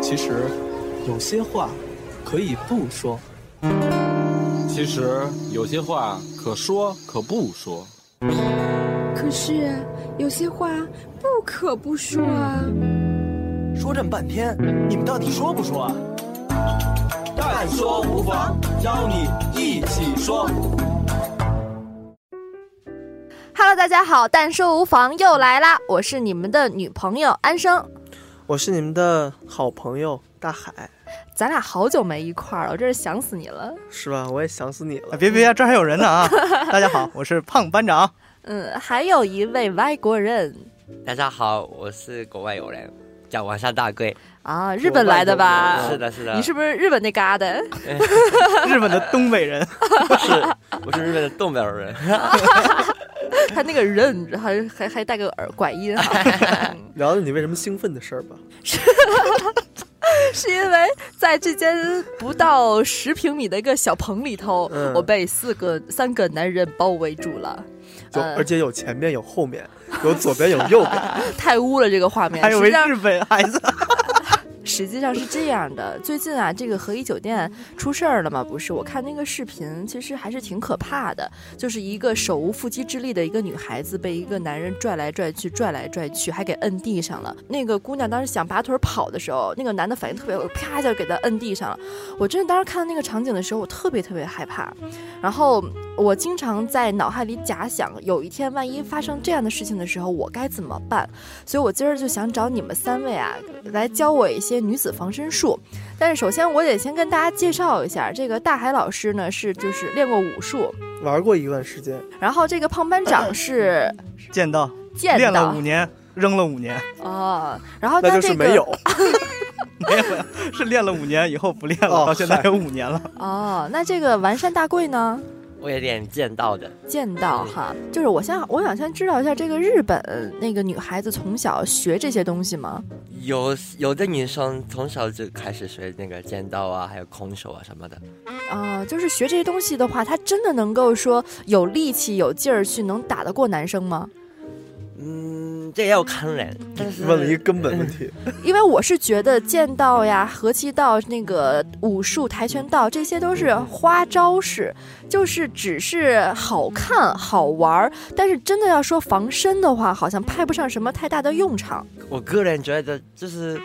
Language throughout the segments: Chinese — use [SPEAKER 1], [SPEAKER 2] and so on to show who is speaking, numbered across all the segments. [SPEAKER 1] 其实有些话可以不说。
[SPEAKER 2] 其实有些话可说可不说。
[SPEAKER 3] 可是啊有些话不可不说啊！
[SPEAKER 4] 说这么半天，你们到底说不说啊？
[SPEAKER 5] 但说无妨，邀你一起说。
[SPEAKER 6] Hello，大家好，但说无妨又来啦！我是你们的女朋友安生，
[SPEAKER 7] 我是你们的好朋友大海，
[SPEAKER 6] 咱俩好久没一块儿了，我真是想死你了。
[SPEAKER 7] 是吧？我也想死你了。
[SPEAKER 4] 啊别别别，这还有人呢啊！大家好，我是胖班长。
[SPEAKER 6] 嗯，还有一位外国人
[SPEAKER 8] 大家好，我是国外友人，叫王山大贵。
[SPEAKER 6] 啊，日本来的吧？
[SPEAKER 8] 是的，是的，
[SPEAKER 6] 你是不是日本那嘎 达？
[SPEAKER 4] 日本的东北人，
[SPEAKER 8] 不是？我是日本的东北友人。
[SPEAKER 6] 他那个人还还还带个耳拐音啊哈，
[SPEAKER 7] 聊聊你为什么兴奋的事儿吧。
[SPEAKER 6] 是因为在这间不到十平米的一个小棚里头，
[SPEAKER 7] 嗯
[SPEAKER 6] 我被四个三个男人包围住了。
[SPEAKER 7] 有，
[SPEAKER 6] 呃
[SPEAKER 7] 而且有前面，有后面，有左边，有右 边。
[SPEAKER 6] 太污了这个画面。
[SPEAKER 4] 还有
[SPEAKER 6] 实
[SPEAKER 4] 位
[SPEAKER 6] 际上
[SPEAKER 4] 日本孩子。
[SPEAKER 6] 实际上是这样的，最近啊，这个和颐酒店出事儿了嘛？不是，我看那个视频，其实还是挺可怕的，就是一个手无缚鸡之力的一个女孩子被一个男人拽来拽去，拽来拽去，还给摁地上了。那个姑娘当时想拔腿跑的时候，那个男的反应特别快，啪一下给她摁地上了。我真的当时看到那个场景的时候，我特别特别害怕。然后我经常在脑海里假想，有一天万一发生这样的事情的时候，我该怎么办？所以我今儿就想找你们三位啊，来教我一些女子防身术。但是首先我得先跟大家介绍一下，这个大海老师呢是就是练过武术，
[SPEAKER 7] 玩过一段时间，
[SPEAKER 6] 然后这个胖班长是
[SPEAKER 4] 剑道
[SPEAKER 6] 剑
[SPEAKER 4] 练了
[SPEAKER 6] 道
[SPEAKER 4] 五年，扔了五年，
[SPEAKER 6] 哦，然后
[SPEAKER 7] 那
[SPEAKER 6] 他
[SPEAKER 7] 就
[SPEAKER 6] 这
[SPEAKER 7] 是
[SPEAKER 6] 个
[SPEAKER 7] 没有。
[SPEAKER 4] 没有，是练了五年以后不练了，
[SPEAKER 7] 哦
[SPEAKER 4] 到现在
[SPEAKER 7] 嗨
[SPEAKER 4] 有五年 了。
[SPEAKER 6] 哦，那这个完善大贵呢？
[SPEAKER 8] 我有点见到的，
[SPEAKER 6] 剑道哈，就是我先我想先知道一下这个日本那个女孩子从小学这些东西吗？
[SPEAKER 8] 有有的女生从小就开始学那个剑道啊，还有空手啊什么的。
[SPEAKER 6] 啊、就是学这些东西的话，她真的能够说有力气有劲儿去能打得过男生吗？
[SPEAKER 8] 嗯，这也要看人，但是
[SPEAKER 7] 问了一个嗯根本问题，
[SPEAKER 6] 因为我是觉得剑道呀、合气道、那个武术、跆拳道，这些都是花招式，就是只是好看好玩儿。但是真的要说防身的话，好像派不上什么太大的用场。
[SPEAKER 8] 我个人觉得，就是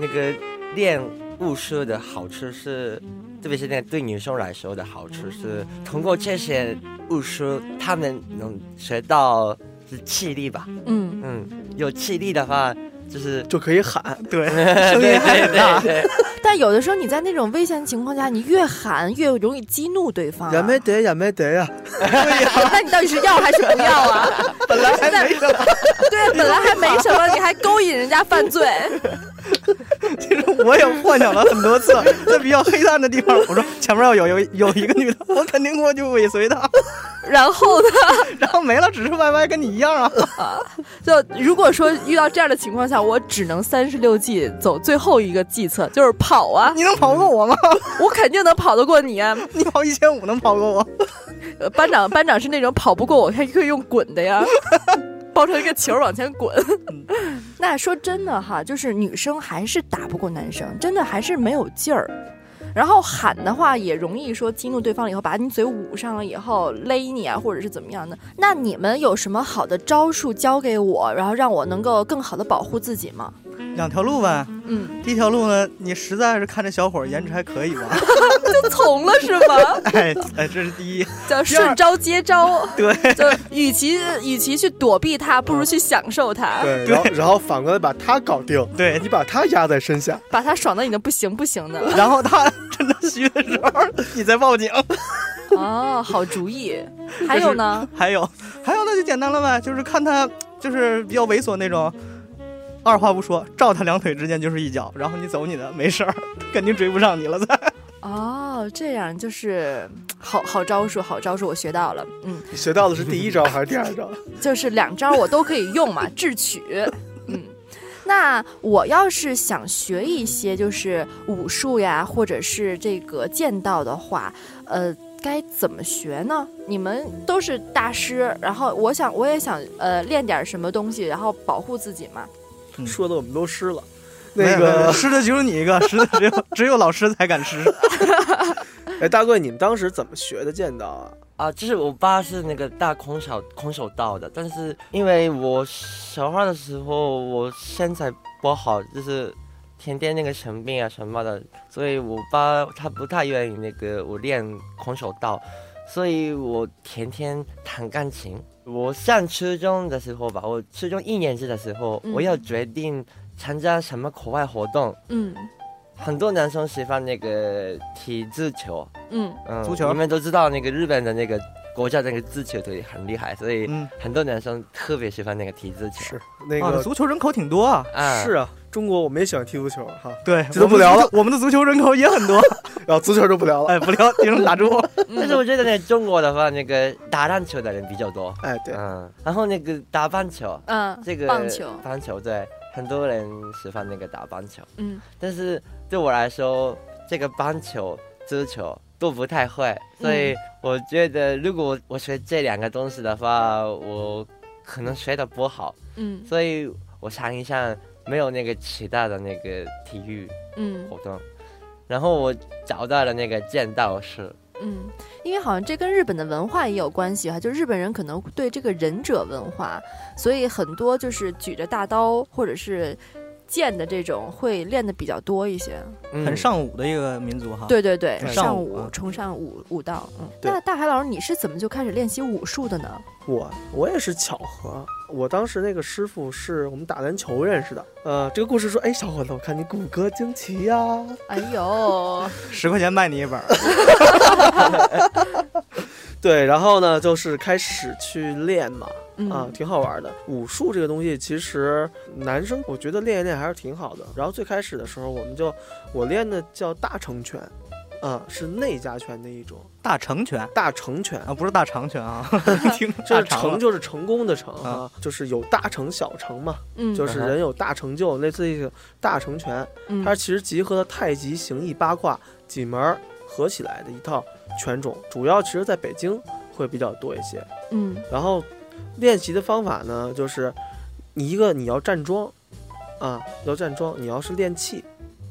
[SPEAKER 8] 那个练武术的好处是，特别是那个对女生来说的好处是，通过这些武术，她们能学到是气力吧。
[SPEAKER 6] 嗯，
[SPEAKER 8] 嗯，有气力的话，就是
[SPEAKER 7] 就可以 喊。
[SPEAKER 4] 对，
[SPEAKER 8] 对对对对，
[SPEAKER 6] 但有的时候你在那种危险情况下，你越喊越容易激怒对方、
[SPEAKER 7] 也
[SPEAKER 6] 啊。
[SPEAKER 7] 没得，也没得呀。
[SPEAKER 6] 那你到底是要还是不要啊？
[SPEAKER 7] 本来还没什么。
[SPEAKER 6] 对，啊本来还没什么，你还勾引人家犯罪。
[SPEAKER 4] 其实我也幻想了很多次，在比较黑暗的地方，我说前面要有有有一个女的，我肯定我就尾随她，
[SPEAKER 6] 然后呢？
[SPEAKER 4] 然后没了，只是 YY 跟你一样啊。
[SPEAKER 6] 就如果说遇到这样的情况下，我只能三十六计走最后一个计策，就是跑 啊！
[SPEAKER 4] 你能跑过我吗？
[SPEAKER 6] 我肯定能跑得过你啊！
[SPEAKER 4] 你跑一千五能跑过我？
[SPEAKER 6] 呃班长，班长是那种跑不过我，还可以用滚的 呀，抱成一个球往前滚。 那说真的哈，就是女生还是打不过男生，真的还是没有劲儿。然后喊的话也容易说激怒对方了以后，把你嘴捂上了以后勒你啊，或者是怎么样的。那你们有什么好的招数教给我，然后让我能够更好的保护自己吗？
[SPEAKER 4] 两条路呗，
[SPEAKER 6] 嗯，
[SPEAKER 4] 第一条路呢，你实在是看这小伙儿颜值还可以吧，
[SPEAKER 6] 从了是吗？
[SPEAKER 4] 哎哎，这是第一，
[SPEAKER 6] 叫顺招接招，
[SPEAKER 4] 对，
[SPEAKER 6] 就与其与其去躲避它，不如去享受它，
[SPEAKER 7] 对，然后然后反过来把他搞定，
[SPEAKER 4] 对
[SPEAKER 7] 你把他压在身下，
[SPEAKER 6] 把它爽到你的不行不行 的。
[SPEAKER 4] 然后他真的虚的时候，你再报警。
[SPEAKER 6] 哦，好主意。还有呢？
[SPEAKER 4] 还有还有那就简单了呗，就是看他就是比较猥琐那种，二话不说照他两腿之间就是一脚，然后你走你的，没事儿，肯定追不上你了再。
[SPEAKER 6] 哦，这样就是好好招数，好招数，我学到了。嗯，
[SPEAKER 7] 你学到的是第一招还是第二 招？
[SPEAKER 6] 就是两招我都可以用 嘛，智取。嗯，那我要是想学一些就是武术呀，或者是这个剑道的话，呃，该怎么学呢？你们都是大师，然后我想我也想呃练点什么东西，然后保护自己嘛。
[SPEAKER 4] 嗯
[SPEAKER 7] 说的我们都湿了。
[SPEAKER 4] 没
[SPEAKER 7] 那
[SPEAKER 4] 有没有没有
[SPEAKER 7] 个，
[SPEAKER 4] 吃的只有你一个，吃的只有只有老师才敢吃。
[SPEAKER 7] 哎，大贵，你们当时怎么学的剑道啊？
[SPEAKER 8] 啊，就是我爸是那个大空手空手道的，但是因为我小号的时候我身材不好，就是天天那个生病啊什么的，所以我爸他不太愿意那个我练空手道，所以我天天弹钢琴。我上初中的时候吧，我初中一年级的时候，
[SPEAKER 6] 嗯
[SPEAKER 8] 我要决定参加什么课外活动。
[SPEAKER 6] 嗯
[SPEAKER 8] 很多男生喜欢那个踢足球，
[SPEAKER 6] 嗯
[SPEAKER 8] 嗯，
[SPEAKER 4] 足球
[SPEAKER 8] 你们都知道那个日本的那个国家那个足球队很厉害，所以
[SPEAKER 4] 嗯，
[SPEAKER 8] 很多男生特别喜欢那个踢足球。
[SPEAKER 7] 是 那
[SPEAKER 4] 啊，
[SPEAKER 7] 个
[SPEAKER 4] 足球人口挺多啊。
[SPEAKER 8] 啊，
[SPEAKER 7] 是啊，中国我们也喜欢踢足球哈，
[SPEAKER 4] 对，
[SPEAKER 7] 这都
[SPEAKER 4] 我
[SPEAKER 7] 不
[SPEAKER 4] 们
[SPEAKER 7] 聊
[SPEAKER 4] 足球
[SPEAKER 7] 了。
[SPEAKER 4] 我们的足球人口也很多。
[SPEAKER 7] 然后足球就不聊了。
[SPEAKER 4] 哎，不聊，听众打住。
[SPEAKER 8] 但是我觉得那中国的话，那个打篮球的人比较多。
[SPEAKER 7] 哎，对，
[SPEAKER 8] 嗯，然后那个打棒球，
[SPEAKER 6] 嗯，
[SPEAKER 8] 这个
[SPEAKER 6] 棒球，
[SPEAKER 8] 棒球对，很多人喜欢那个打棒球，
[SPEAKER 6] 嗯
[SPEAKER 8] 但是对我来说，这个棒球、足球都不太会，所
[SPEAKER 6] 嗯
[SPEAKER 8] 以我觉得如果我学这两个东西的话，我可能学的不好。
[SPEAKER 6] 嗯
[SPEAKER 8] 所以我想一想，没有那个其他的那个体育
[SPEAKER 6] 嗯
[SPEAKER 8] 活动，然后我找到了那个剑道士，
[SPEAKER 6] 嗯，因为好像这跟日本的文化也有关系哈，就日本人可能对这个忍者文化，所以很多就是举着大刀或者是剑的这种会练的比较多一些。
[SPEAKER 8] 嗯
[SPEAKER 4] 很尚武的一个民族哈。，
[SPEAKER 7] 啊
[SPEAKER 6] 对对对，
[SPEAKER 4] 对
[SPEAKER 6] 上
[SPEAKER 4] 上武
[SPEAKER 6] 武
[SPEAKER 4] 啊
[SPEAKER 6] 崇尚武武道。嗯，
[SPEAKER 7] 对
[SPEAKER 6] 那大海老师，你是怎么就开始练习武术的 呢？
[SPEAKER 7] 我我也是巧合，我当时那个师傅是我们打篮球认识的。呃，这个故事说，哎，小伙子，我看你骨骼惊奇呀、
[SPEAKER 6] 哎呦，
[SPEAKER 4] 十块钱卖你一本儿。
[SPEAKER 7] 对，然后呢，就是开始去练嘛，
[SPEAKER 6] 嗯
[SPEAKER 7] 啊，挺好玩的。武术这个东西，其实男生我觉得练一练还是挺好的。然后最开始的时候，我们就我练的叫大成拳，啊，是内家拳的一种
[SPEAKER 4] 大成拳
[SPEAKER 7] 大成拳。
[SPEAKER 4] 啊，不是大长 拳啊，听
[SPEAKER 7] 这
[SPEAKER 4] 大
[SPEAKER 7] 是
[SPEAKER 4] 长
[SPEAKER 7] 成
[SPEAKER 4] 了。
[SPEAKER 7] 就是成功的成
[SPEAKER 4] 啊
[SPEAKER 7] 啊，就是有大成小成嘛，
[SPEAKER 6] 嗯
[SPEAKER 7] 就是人有大成就，类似于大成拳。
[SPEAKER 6] 嗯
[SPEAKER 7] 它其实集合了太极、形意、八卦几门儿合起来的一套拳种，主要其实在北京会比较多一些。
[SPEAKER 6] 嗯
[SPEAKER 7] 然后练习的方法呢，就是你一个你要站桩，啊，要站桩，你要是练气，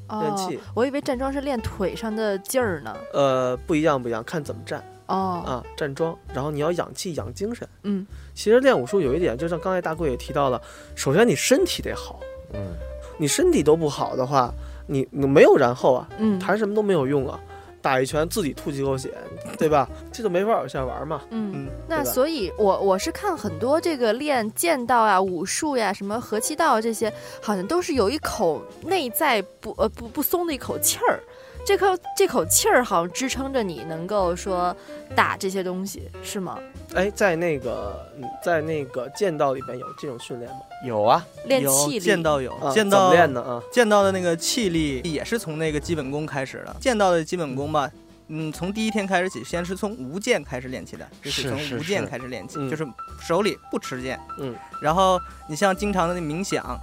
[SPEAKER 7] 练
[SPEAKER 6] 哦
[SPEAKER 7] 气，
[SPEAKER 6] 我以为站桩是练腿上的劲儿呢。
[SPEAKER 7] 呃，不一样不一样，看怎么站
[SPEAKER 6] 哦，
[SPEAKER 7] 啊，站桩，然后你要养气养精神。
[SPEAKER 6] 嗯，
[SPEAKER 7] 其实练武术有一点，就像刚才大贵也提到了，首先你身体得好，
[SPEAKER 8] 嗯，
[SPEAKER 7] 你身体都不好的话，你你没有然后啊，
[SPEAKER 6] 嗯，
[SPEAKER 7] 谈什么都没有用啊，打一拳自己吐几口血，对吧？这就没法往下玩嘛。
[SPEAKER 6] 嗯
[SPEAKER 4] 嗯，
[SPEAKER 6] 那
[SPEAKER 7] 对吧
[SPEAKER 6] 所以我，我是看很多这个练剑道啊、武术呀、什么合气道啊这些，好像都是有一口内在不呃不不松的一口气儿，这口这口气儿好像支撑着你能够说打这些东西，是吗？
[SPEAKER 7] 哎，在那个嗯在那个剑道里边有这种训练吗？
[SPEAKER 8] 有啊，
[SPEAKER 6] 练
[SPEAKER 4] 有
[SPEAKER 6] 气力，
[SPEAKER 4] 剑道有
[SPEAKER 7] 啊，
[SPEAKER 4] 剑
[SPEAKER 7] 怎
[SPEAKER 4] 道
[SPEAKER 7] 么练的啊？
[SPEAKER 4] 剑道的那个气力也是从那个基本功开始的。剑道的基本功吧，嗯，从第一天开始起，先是从无剑开始练起的，就是是
[SPEAKER 8] 是
[SPEAKER 4] 从无
[SPEAKER 8] 是
[SPEAKER 4] 剑开始练起，
[SPEAKER 7] 嗯
[SPEAKER 4] 就是手里不持剑。
[SPEAKER 7] 嗯，
[SPEAKER 4] 然后你像经常的那冥想，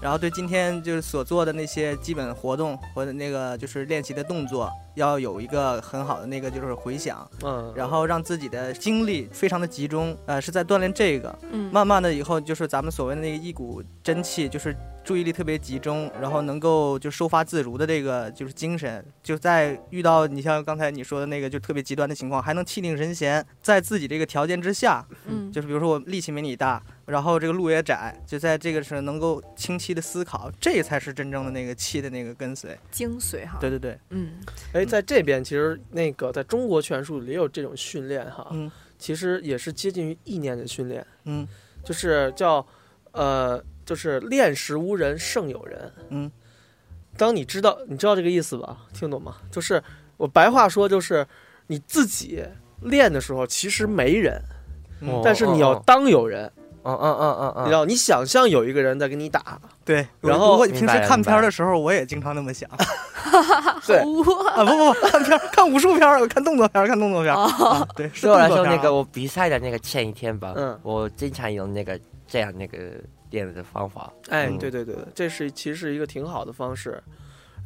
[SPEAKER 4] 然后对今天就是所做的那些基本活动或者那个就是练习的动作，要有一个很好的那个就是回想，
[SPEAKER 7] 嗯，
[SPEAKER 4] 然后让自己的精力非常的集中，呃，是在锻炼这个。
[SPEAKER 6] 嗯，
[SPEAKER 4] 慢慢的以后就是咱们所谓的那个一股真气，就是注意力特别集中，然后能够就收发自如的这个就是精神，就在遇到你像刚才你说的那个就特别极端的情况，还能气定神闲，在自己这个条件之下，
[SPEAKER 6] 嗯，
[SPEAKER 4] 就是比如说我力气没你大，然后这个路也窄，就在这个时候能够清晰的思考，这才是真正的那个气的那个跟随。
[SPEAKER 6] 精髓哈，
[SPEAKER 4] 对对对，
[SPEAKER 6] 嗯
[SPEAKER 7] 哎，在这边其实那个在中国拳术里也有这种训练哈，
[SPEAKER 4] 嗯
[SPEAKER 7] 其实也是接近于意念的训练，
[SPEAKER 4] 嗯
[SPEAKER 7] 就是叫呃，就是练时无人胜有人。
[SPEAKER 4] 嗯，
[SPEAKER 7] 当你知道你知道这个意思吧？听懂吗？就是我白话说就是你自己练的时候其实没人，
[SPEAKER 4] 嗯
[SPEAKER 8] 哦
[SPEAKER 7] 但是你要当有人，
[SPEAKER 8] 嗯嗯
[SPEAKER 7] 你
[SPEAKER 8] 嗯嗯
[SPEAKER 7] 知
[SPEAKER 8] 嗯，
[SPEAKER 7] 道，你想象有一个人在跟你打，
[SPEAKER 4] 对。
[SPEAKER 7] 然
[SPEAKER 4] 我
[SPEAKER 7] 后
[SPEAKER 4] 不过平
[SPEAKER 8] 明
[SPEAKER 4] 时
[SPEAKER 8] 白了
[SPEAKER 4] 看
[SPEAKER 8] 明白
[SPEAKER 4] 片儿
[SPEAKER 8] 了
[SPEAKER 4] 的时候，我也经常那么想啊，
[SPEAKER 7] 对，
[SPEAKER 4] 不不不，看片儿看武术片儿，看动作片儿，看动作片儿。啊对，是
[SPEAKER 8] 对我来
[SPEAKER 4] 动作
[SPEAKER 8] 说，
[SPEAKER 4] 片儿
[SPEAKER 8] 那
[SPEAKER 4] 啊
[SPEAKER 8] 个我比赛的那个前一天吧，
[SPEAKER 7] 嗯
[SPEAKER 8] 我经常用那个这样那个练的方法，
[SPEAKER 7] 哎，
[SPEAKER 8] 嗯
[SPEAKER 7] 对对对，这是其实是一个挺好的方式。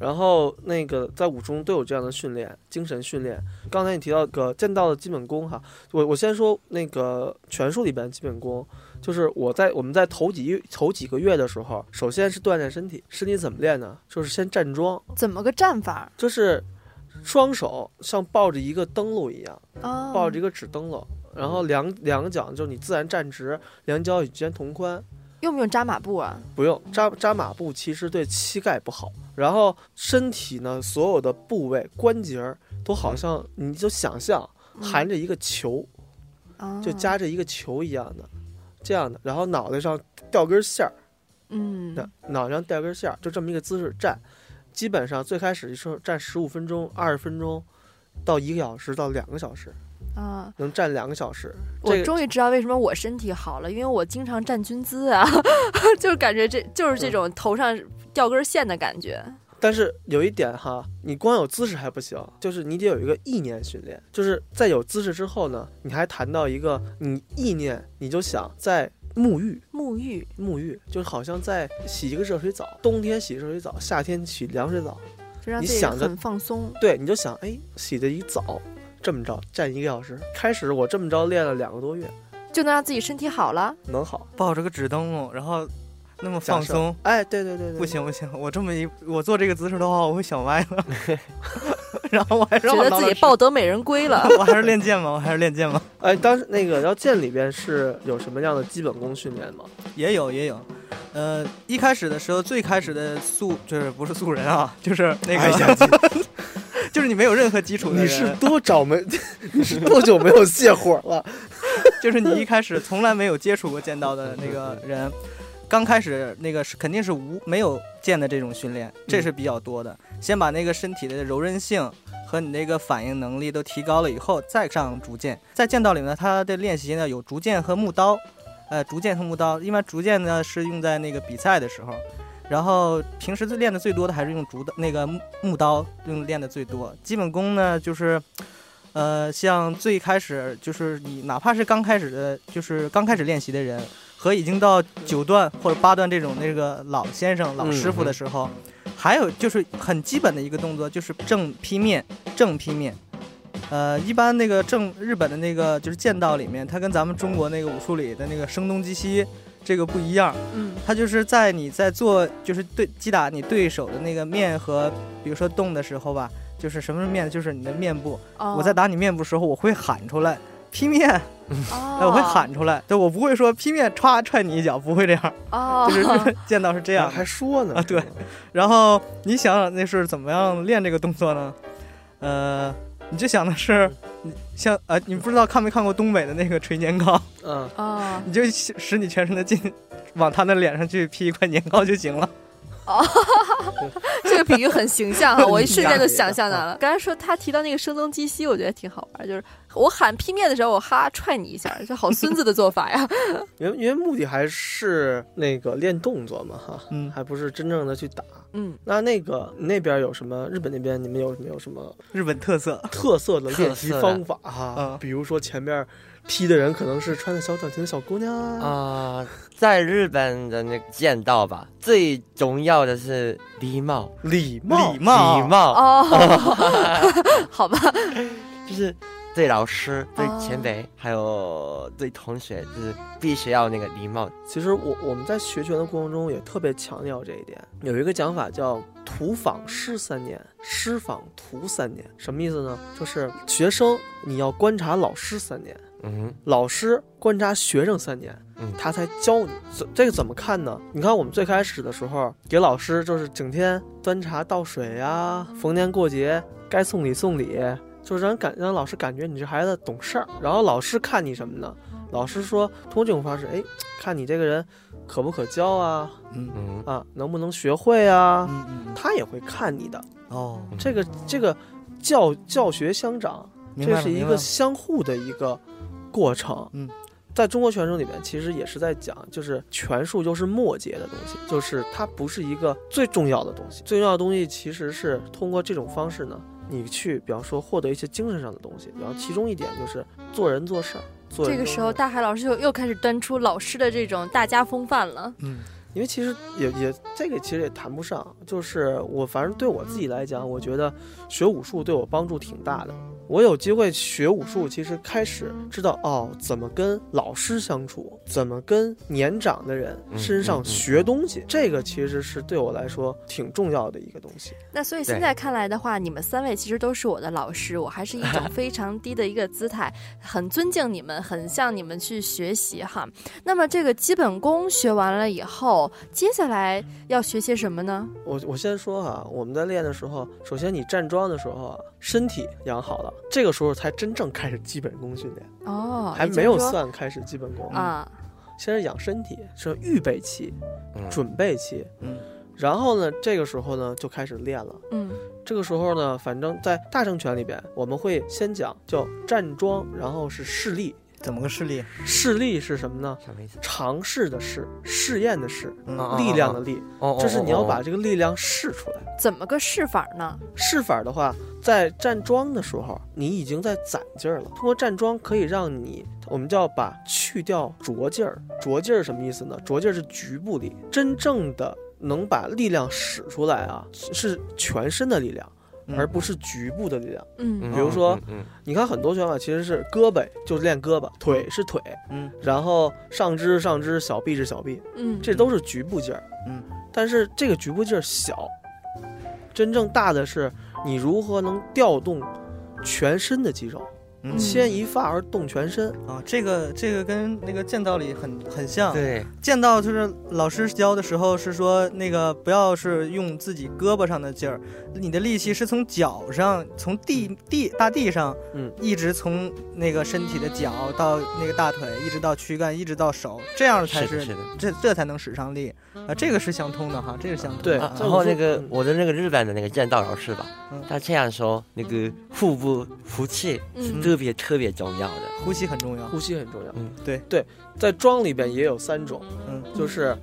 [SPEAKER 7] 然后那个在武术中都有这样的训练，精神训练。刚才你提到个剑道的基本功哈，我我先说那个拳术里边基本功，就是我在我们在头几头几个月的时候，首先是锻炼身体，身体怎么练呢？就是先站桩，
[SPEAKER 9] 怎么个站法？
[SPEAKER 7] 就是双手像抱着一个灯笼一样，
[SPEAKER 9] 哦，
[SPEAKER 6] 啊
[SPEAKER 7] 抱着一个纸灯笼，然后两两个脚就是你自然站直，两脚与肩同宽，
[SPEAKER 9] 用不用扎马步啊？
[SPEAKER 7] 不用扎扎马步，其实对膝盖不好。然后身体呢，所有的部位关节儿都好像你就想象
[SPEAKER 6] 嗯
[SPEAKER 7] 含着一个球，
[SPEAKER 9] 啊，
[SPEAKER 7] 就夹着一个球一样的，这样的。然后脑袋上吊根线儿，
[SPEAKER 9] 嗯
[SPEAKER 7] 脑脑袋上吊根线儿，就这么一个姿势站。基本上最开始是站十五分钟、二十分钟，到一个小时到两个小时，
[SPEAKER 9] 啊，
[SPEAKER 7] 能站两个小时。
[SPEAKER 6] 我
[SPEAKER 7] 这个
[SPEAKER 6] 终于知道为什么我身体好了，因为我经常站军姿啊， 就是感觉这就是
[SPEAKER 4] 嗯
[SPEAKER 6] 这种头上吊根线的感觉。
[SPEAKER 7] 但是有一点哈，你光有姿势还不行，就是你得有一个意念训练。就是在有姿势之后呢，你还谈到一个你意念，你就想在沐浴，
[SPEAKER 6] 沐浴，
[SPEAKER 7] 沐浴就是好像在洗一个热水澡，冬天洗热水澡，夏天洗凉水澡。
[SPEAKER 6] 就让
[SPEAKER 7] 你
[SPEAKER 6] 自己
[SPEAKER 7] 想着
[SPEAKER 6] 很放松。
[SPEAKER 7] 对，你就想，哎，洗的一澡，这么着站一个小时。开始我这么着练了两个多月，
[SPEAKER 6] 就能让自己身体好了。
[SPEAKER 7] 能好
[SPEAKER 4] 抱着个纸灯笼，然后那么
[SPEAKER 7] 享
[SPEAKER 4] 放
[SPEAKER 7] 受
[SPEAKER 4] 松。
[SPEAKER 7] 哎，对对对对，
[SPEAKER 4] 不行不行，我这么一我做这个姿势的话，我会想歪了， 然后我还是
[SPEAKER 6] 觉
[SPEAKER 4] 我
[SPEAKER 6] 得
[SPEAKER 4] 老
[SPEAKER 6] 自己
[SPEAKER 4] 老实
[SPEAKER 6] 抱得美人归 了。
[SPEAKER 4] 我还是练剑吧，我还是练剑吧。
[SPEAKER 7] 哎，当时那个然后剑里边是有什么样的基本功训练吗？
[SPEAKER 4] 也有也有，呃，一开始的时候，最开始的素就是不是素人啊，就是那个， 就是你没有任何基础的人，
[SPEAKER 7] 你是多找没？ 你是多久没有泻火了？
[SPEAKER 4] 就是你一开始从来没有接触过剑道的那个人，刚开始那个是肯定是无没有剑的这种训练，这是比较多的。先把那个身体的柔韧性和你那个反应能力都提高了以后，再上竹剑。在剑道里呢，它的练习呢有竹剑和木刀，呃，竹剑和木刀，因为竹剑呢是用在那个比赛的时候。然后平时最练的最多的还是用竹的那个木木刀用练的最多，基本功呢就是呃，像最开始就是你哪怕是刚开始的，就是刚开始练习的人，和已经到九段或者八段这种那个老先生、老师傅的时候，还有就是很基本的一个动作，就是正劈面，正劈面。呃，一般那个正日本的那个就是剑道里面，它跟咱们中国那个武术里的那个声东击西这个不一样，
[SPEAKER 9] 嗯，
[SPEAKER 4] 它就是在你在做就是对击打你对手的那个面和比如说动的时候吧，就是什么是面，就是你的面部，
[SPEAKER 9] 哦
[SPEAKER 4] 我在 打你面部的时候，我会喊出来劈面，
[SPEAKER 9] 哦
[SPEAKER 4] 哎，我会喊出 来，对我不会说劈面歘踹你一脚，不会这样，
[SPEAKER 9] 哦，
[SPEAKER 4] 就是 见到是这样。
[SPEAKER 7] 还说呢
[SPEAKER 4] 啊对然后你想想那是怎么样练这个动作呢？呃，你就想的是，你像呃，你不知道看没看过东北的那个捶年糕，
[SPEAKER 7] 嗯，
[SPEAKER 9] 哦
[SPEAKER 4] 你就使你全身的劲往他的脸上去劈一块年糕就行了。
[SPEAKER 6] 这个比喻很形象 啊，我一瞬间就想象到
[SPEAKER 4] 你
[SPEAKER 6] 了。刚才说他提到那个声东击西，我觉得挺好玩，就是我喊劈面的时候，我哈踹你一下，这好孙子的做法 呀。
[SPEAKER 7] 因为因为目的还是那个练动作嘛，哈，
[SPEAKER 4] 嗯
[SPEAKER 7] 还不是真正的去打。
[SPEAKER 6] 嗯，
[SPEAKER 7] 那那个那边有什么？日本那边你们有没有什么
[SPEAKER 4] 日本特色，
[SPEAKER 7] 特色的练习
[SPEAKER 8] 特色的
[SPEAKER 7] 方法哈？
[SPEAKER 4] 嗯
[SPEAKER 7] 比如说前面踢的人可能是穿着小短裙的小姑娘啊，
[SPEAKER 8] 啊、在日本的那个剑道吧，最重要的是礼貌，
[SPEAKER 7] 礼貌
[SPEAKER 4] 礼貌，
[SPEAKER 8] 礼 貌
[SPEAKER 6] 哦， 好吧，
[SPEAKER 8] 就是对老师、对
[SPEAKER 6] 哦
[SPEAKER 8] 前辈，还有对同学，就是必须要那个礼貌。
[SPEAKER 7] 其实我我们在学拳的过程中也特别强调这一点，有一个讲法叫“徒访师三年，师访徒三年”，什么意思呢？就是学生你要观察老师三年，
[SPEAKER 8] 嗯
[SPEAKER 7] 老师观察学生三年，
[SPEAKER 8] 嗯
[SPEAKER 7] 他才教你。这这个怎么看呢？你看我们最开始的时候，给老师就是整天端茶倒水呀、逢年过节该送礼送礼，就是让感让老师感觉你这孩子懂事儿。然后老师看你什么呢？老师说通过这种方式，哎，看你这个人可不可教啊，
[SPEAKER 4] 嗯
[SPEAKER 8] 嗯，
[SPEAKER 7] 啊，能不能学会啊？
[SPEAKER 4] 嗯嗯，
[SPEAKER 7] 他也会看你的。
[SPEAKER 4] 哦，
[SPEAKER 7] 这个这个教教学相长，
[SPEAKER 4] 明白
[SPEAKER 7] 这
[SPEAKER 4] 了
[SPEAKER 7] 是一
[SPEAKER 4] 明白
[SPEAKER 7] 个
[SPEAKER 4] 了
[SPEAKER 7] 相互的一个过程。
[SPEAKER 4] 嗯，
[SPEAKER 7] 在中国拳术里面，其实也是在讲，就是拳术就是末节的东西，就是它不是一个最重要的东西。最重要的东西其实是通过这种方式呢，你去，比方说获得一些精神上的东西。然后其中一点就是做人做事儿。做人
[SPEAKER 6] 这个
[SPEAKER 7] 做
[SPEAKER 6] 时候
[SPEAKER 7] 事儿
[SPEAKER 6] 大海老师又又开始端出老师的这种大家风范了。
[SPEAKER 4] 嗯，
[SPEAKER 7] 因为其实也也这个其实也谈不上，就是我反正对我自己来讲，我觉得学武术对我帮助挺大的。我有机会学武术，其实开始知道哦，怎么跟老师相处，怎么跟年长的人
[SPEAKER 8] 嗯
[SPEAKER 7] 身
[SPEAKER 8] 嗯嗯
[SPEAKER 7] 上学东西，这个其实是对我来说挺重要的一个东西。
[SPEAKER 9] 那所以现
[SPEAKER 8] 对
[SPEAKER 9] 在看来的话，你们三位其实都是我的老师，我还是一 种非常低的一个姿态，很尊敬你们，很向你们去学习哈。那么这个基本功学完了以后，接下来要学些什么呢？
[SPEAKER 7] 我我先说哈、啊我们在练的时候，首先你站桩的时候啊，身体养好了，这个时候才真正开始基本功训练，
[SPEAKER 9] 哦，
[SPEAKER 7] 还
[SPEAKER 9] 也
[SPEAKER 7] 没
[SPEAKER 9] 就
[SPEAKER 7] 有
[SPEAKER 9] 是说
[SPEAKER 7] 算开始基本功，
[SPEAKER 9] 啊，
[SPEAKER 7] 先是养身体，是预备期、
[SPEAKER 8] 嗯
[SPEAKER 7] 准备期，
[SPEAKER 4] 嗯，
[SPEAKER 7] 然后呢，这个时候呢就开始练了。
[SPEAKER 9] 嗯
[SPEAKER 7] 这个时候呢，反正在大政拳里边，我们会先讲叫站桩，然后是试力。
[SPEAKER 4] 怎么个势力？
[SPEAKER 7] 试力是什么呢？
[SPEAKER 8] 什么意思？
[SPEAKER 7] 尝试的试，试验的试，
[SPEAKER 4] 嗯
[SPEAKER 8] 啊
[SPEAKER 7] 力量的力，
[SPEAKER 8] 哦
[SPEAKER 7] 就是你要把这个力量试出来。
[SPEAKER 9] 怎么个试法呢？
[SPEAKER 7] 试法的话，在站桩的时候，你已经在攒劲儿了。通过站桩可以让你，我们叫把去掉拙劲儿。拙劲儿什么意思呢？拙劲儿是局部力，真正的能把力量使出来啊，是是全身的力量，
[SPEAKER 4] 嗯
[SPEAKER 7] 而不是局部的力量。
[SPEAKER 9] 嗯
[SPEAKER 7] 比如说
[SPEAKER 8] 嗯
[SPEAKER 7] 你看很多拳法其实是胳膊就是练胳膊，腿是腿，
[SPEAKER 4] 嗯，
[SPEAKER 7] 然后上肢是上肢，小臂是小臂，
[SPEAKER 9] 嗯，
[SPEAKER 7] 这都是局部劲儿，
[SPEAKER 4] 嗯，
[SPEAKER 7] 但是这个局部劲儿小，真正大的是你如何能调动全身的肌肉，
[SPEAKER 4] 嗯
[SPEAKER 7] 牵一发而动全身。
[SPEAKER 4] 啊，这个这个跟那个剑道里很很像。
[SPEAKER 8] 对，
[SPEAKER 7] 嗯
[SPEAKER 4] 剑道就是老师教的时候是说，那个不要是用自己胳膊上的劲儿，你的力气是从脚上，从地地大地上，
[SPEAKER 7] 嗯，
[SPEAKER 4] 一直从那个身体的脚到那个大腿，一直到躯干，一直到手，这样才
[SPEAKER 8] 是的是的
[SPEAKER 4] 这这才能使上力啊，这个是相通的哈，这个是相通
[SPEAKER 7] 对
[SPEAKER 4] 的
[SPEAKER 8] 啊
[SPEAKER 4] 啊。
[SPEAKER 7] 这
[SPEAKER 8] 然后
[SPEAKER 7] 我说
[SPEAKER 8] 那个
[SPEAKER 7] 嗯
[SPEAKER 8] 我的那个日本的那个剑道老师吧
[SPEAKER 4] 嗯，
[SPEAKER 8] 他这样说，那个腹部福气是
[SPEAKER 9] 嗯
[SPEAKER 8] 特别特别重要的。
[SPEAKER 4] 呼吸很重要，
[SPEAKER 7] 呼吸很重要，
[SPEAKER 8] 嗯
[SPEAKER 4] 对
[SPEAKER 7] 对，在桩里边也有三种，
[SPEAKER 4] 嗯，
[SPEAKER 7] 就是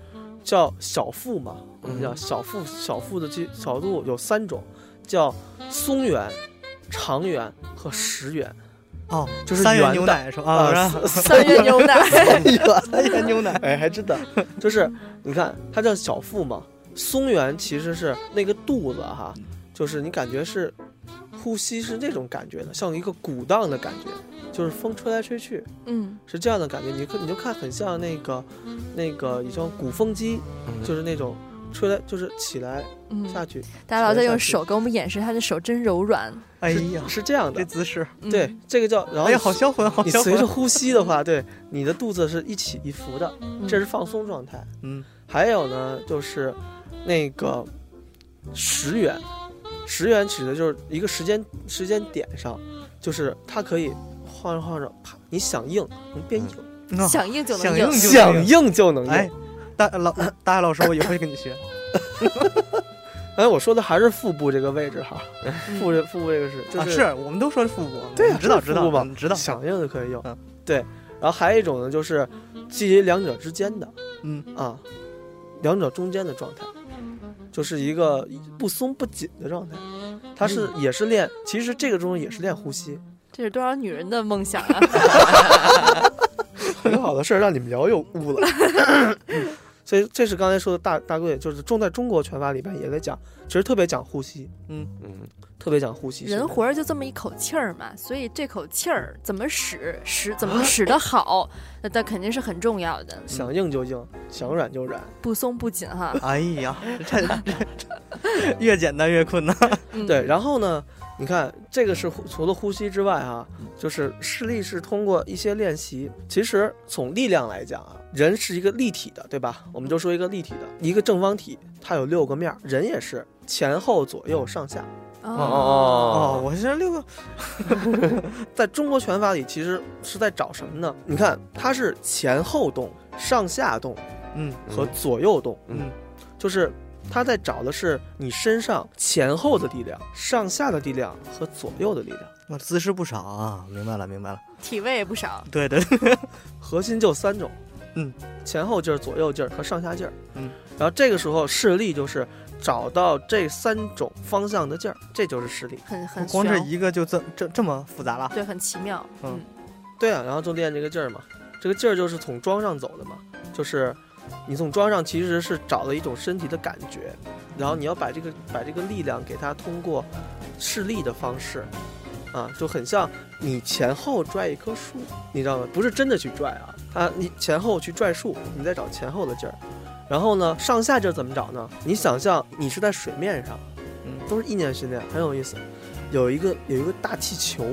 [SPEAKER 7] 叫小腹嘛，我们
[SPEAKER 8] 嗯
[SPEAKER 7] 叫小腹，小腹的肌小肚有三种，叫松圆、长圆和实圆。
[SPEAKER 4] 哦，
[SPEAKER 7] 就是
[SPEAKER 4] 三元
[SPEAKER 7] 圆
[SPEAKER 4] 牛
[SPEAKER 7] 的
[SPEAKER 4] 奶是吧？啊，然 后
[SPEAKER 9] 三 元牛奶，
[SPEAKER 4] 三元牛奶，
[SPEAKER 7] 哎，还真的，就是你看，它叫小腹嘛，松原其实是那个肚子哈，就是你感觉是呼吸是那种感觉的，像一个鼓荡的感觉，就是风吹来吹去
[SPEAKER 9] 嗯
[SPEAKER 7] 是这样的感觉。你看你就看很像那个那个一种鼓风机，
[SPEAKER 8] 嗯
[SPEAKER 7] 就是那种吹来就是起来
[SPEAKER 9] 嗯，
[SPEAKER 7] 下去，
[SPEAKER 9] 大家老在
[SPEAKER 7] 下
[SPEAKER 9] 用
[SPEAKER 7] 去
[SPEAKER 9] 手给我们演示，他的手真柔软。
[SPEAKER 4] 哎呀，
[SPEAKER 7] 是这样
[SPEAKER 4] 这
[SPEAKER 7] 的。
[SPEAKER 4] 姿势，
[SPEAKER 9] 嗯
[SPEAKER 7] 对，，这个叫然后
[SPEAKER 4] 哎呀，好销魂，好
[SPEAKER 7] 你
[SPEAKER 4] 销
[SPEAKER 7] 随
[SPEAKER 4] 魂
[SPEAKER 7] 着，呼吸的话，对你的肚子是一起一伏的，
[SPEAKER 9] 嗯
[SPEAKER 7] 这是放松状态。
[SPEAKER 4] 嗯，
[SPEAKER 7] 还有呢，就是那个十元，十元指的就是一个时间时间点上，就是它可以晃着晃着，啪，你想硬能变硬，
[SPEAKER 4] 嗯
[SPEAKER 9] 想硬就能
[SPEAKER 4] 想
[SPEAKER 9] 硬
[SPEAKER 4] 硬。就
[SPEAKER 7] 想硬就能硬。
[SPEAKER 4] 哎
[SPEAKER 7] 哎，，
[SPEAKER 4] 大老大海老师，我以后就跟你学。
[SPEAKER 7] 哎我说的还是腹部这个位置哈，腹这腹部这个嗯是，就
[SPEAKER 4] 啊，是我们都说是复古，
[SPEAKER 7] 对
[SPEAKER 4] 我
[SPEAKER 7] 啊，
[SPEAKER 4] 知道
[SPEAKER 7] 就是
[SPEAKER 4] 知
[SPEAKER 7] 腹
[SPEAKER 4] 道
[SPEAKER 7] 部嘛
[SPEAKER 4] 嗯知道，
[SPEAKER 7] 想硬就可以用
[SPEAKER 4] 嗯。
[SPEAKER 7] 对，然后还有一种呢，就是介于两者之间的，
[SPEAKER 4] 嗯
[SPEAKER 7] 啊，两者中间的状态，就是一个不松不紧的状态。它是也是练，其实这个东西也是练呼吸，
[SPEAKER 9] 这是多少女人的梦想啊！
[SPEAKER 7] 很好的事儿让你们聊又污 了。嗯所以这是刚才说的大大贵，就是重在中国拳法里边也在讲，其实特别讲呼吸，
[SPEAKER 8] 嗯，
[SPEAKER 7] 特别讲呼吸。
[SPEAKER 9] 人活着就这么一口气儿嘛，所以这口气儿怎么使，使怎么使得好，那那肯定是很重要的，
[SPEAKER 7] 想硬就硬，想软就软。
[SPEAKER 9] 不松不紧哈。
[SPEAKER 4] 哎呀，这这 这越简单越困难。
[SPEAKER 9] 嗯、
[SPEAKER 7] 对，，然后呢，你看这个是呼除了呼吸之外啊，就是视力是通过一些练习。其实从力量来讲啊，人是一个立体的，对吧？我们就说一个立体的，一个正方体，它有六个面儿，人也是前后左右上下。
[SPEAKER 9] 哦
[SPEAKER 8] 哦哦
[SPEAKER 4] 哦，我这六个，
[SPEAKER 7] 在中国拳法里，其实是在找什么呢？你看，它是前后动、上下动
[SPEAKER 4] 嗯
[SPEAKER 7] 和左右动，
[SPEAKER 4] 嗯，
[SPEAKER 7] 就是它在找的是你身上前后的力量、上下的力量和左右的力量。
[SPEAKER 4] 我姿势不少啊，明白了明白了。
[SPEAKER 9] 体位也不少。
[SPEAKER 4] 对对，
[SPEAKER 7] 核心就三种，
[SPEAKER 4] 嗯，
[SPEAKER 7] 前后劲儿、左右劲儿和上下劲儿，
[SPEAKER 4] 嗯，
[SPEAKER 7] 然后这个时候视力就是找到这三种方向的劲儿，这就是视力。
[SPEAKER 9] 很很
[SPEAKER 4] 光这
[SPEAKER 9] 玄
[SPEAKER 4] 一个就这这这么复杂了。
[SPEAKER 9] 对，很奇妙。
[SPEAKER 4] 嗯
[SPEAKER 9] 嗯
[SPEAKER 7] 对啊，然后就练这个劲儿嘛，这个劲儿就是从桩上走的嘛，就是你从桩上其实是找了一种身体的感觉，然后你要把这个把这个力量给它通过视力的方式，啊，就很像你前后拽一棵树，你知道吗？不是真的去拽啊，啊，你前后去拽树，你再找前后的劲儿，然后呢，上下劲儿怎么找呢？你想象你是在水面上，
[SPEAKER 4] 嗯
[SPEAKER 7] 都是意念训练，很有意思。有一个有一个大气球，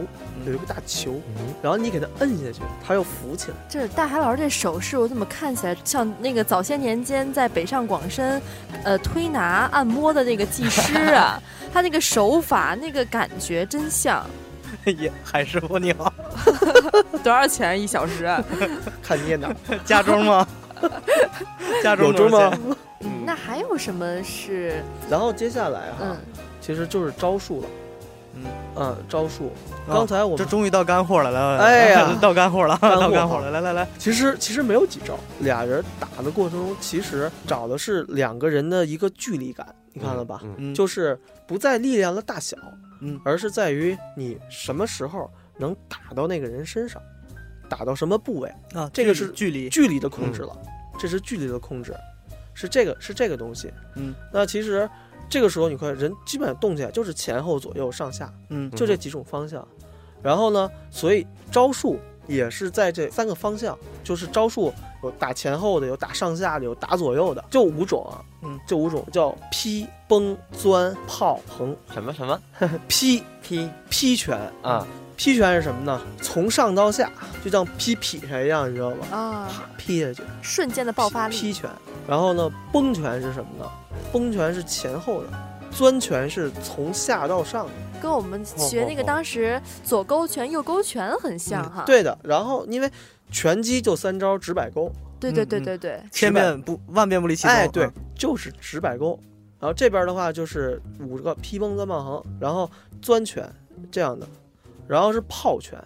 [SPEAKER 7] 有一个大球，然后你给它摁下去，它又浮起来。
[SPEAKER 9] 这大海老师这手势，我怎么看起来像那个早些年间在北上广深，呃，推拿按摩的那个技师啊？他那个手法，那个感觉真像。
[SPEAKER 4] 也海师傅你 好，
[SPEAKER 6] 多少钱一小时啊？
[SPEAKER 7] 看你也哪儿，
[SPEAKER 4] 家中 吗？家中
[SPEAKER 7] 有中
[SPEAKER 4] 多少
[SPEAKER 7] 吗
[SPEAKER 4] 钱？？
[SPEAKER 9] 嗯那还有什么是
[SPEAKER 7] 然后接下来哈，
[SPEAKER 9] 嗯
[SPEAKER 7] 其实就是招数了。
[SPEAKER 4] 嗯
[SPEAKER 7] 嗯，招数。
[SPEAKER 4] 啊
[SPEAKER 7] 刚才我
[SPEAKER 4] 这
[SPEAKER 7] 们
[SPEAKER 4] 终于到干货了，来来来，
[SPEAKER 7] 哎呀
[SPEAKER 4] 到干货了，
[SPEAKER 7] 干货
[SPEAKER 4] 到干货了，来来来，
[SPEAKER 7] 其实其实没有几招，俩人打的过程中，其实找的是两个人的一个距离感，你看了吧？
[SPEAKER 8] 嗯
[SPEAKER 4] 嗯，
[SPEAKER 7] 就是不在力量的大小，
[SPEAKER 4] 嗯
[SPEAKER 7] 而是在于你什么时候能打到那个人身上，打到什么部位，
[SPEAKER 4] 啊，
[SPEAKER 7] 这个
[SPEAKER 4] 距
[SPEAKER 7] 是
[SPEAKER 4] 离距离，
[SPEAKER 7] 距离的控制
[SPEAKER 4] 嗯
[SPEAKER 7] 了，这是距离的控制，是这个是这个东西。
[SPEAKER 4] 嗯，
[SPEAKER 7] 那其实这个时候你看人基本上动起来就是前后左右上下，
[SPEAKER 4] 嗯
[SPEAKER 7] 就这几种方向。然后呢，所以招数也是在这三个方向，就是招数有打前后的，有打上下的，有打左右的，就五种啊。
[SPEAKER 4] 嗯，
[SPEAKER 7] 这五种叫劈、崩、钻、炮、横。
[SPEAKER 8] 什么什么
[SPEAKER 7] 劈
[SPEAKER 8] 劈
[SPEAKER 7] 劈拳，
[SPEAKER 8] 啊？
[SPEAKER 7] 劈拳是什么呢？从上到下，就像劈劈柴一样，你知道吗？
[SPEAKER 9] 啊？
[SPEAKER 7] 劈下去。
[SPEAKER 9] 瞬间的爆发力，
[SPEAKER 7] 劈拳，然后呢，崩拳是什么呢？崩拳是前后的，钻拳是从下到上的。
[SPEAKER 9] 跟我们学那个当时左勾拳、右勾拳很像哈。
[SPEAKER 7] 嗯对的，然后因为拳击就三招直摆钩，
[SPEAKER 9] 对对
[SPEAKER 7] 嗯
[SPEAKER 9] 对对对，
[SPEAKER 4] 千变不万变不离其宗。
[SPEAKER 7] 哎，对
[SPEAKER 4] 嗯，，
[SPEAKER 7] 就是直摆钩。然后这边的话就是五个劈崩钻棒横，然后钻拳这样的，然后是炮拳，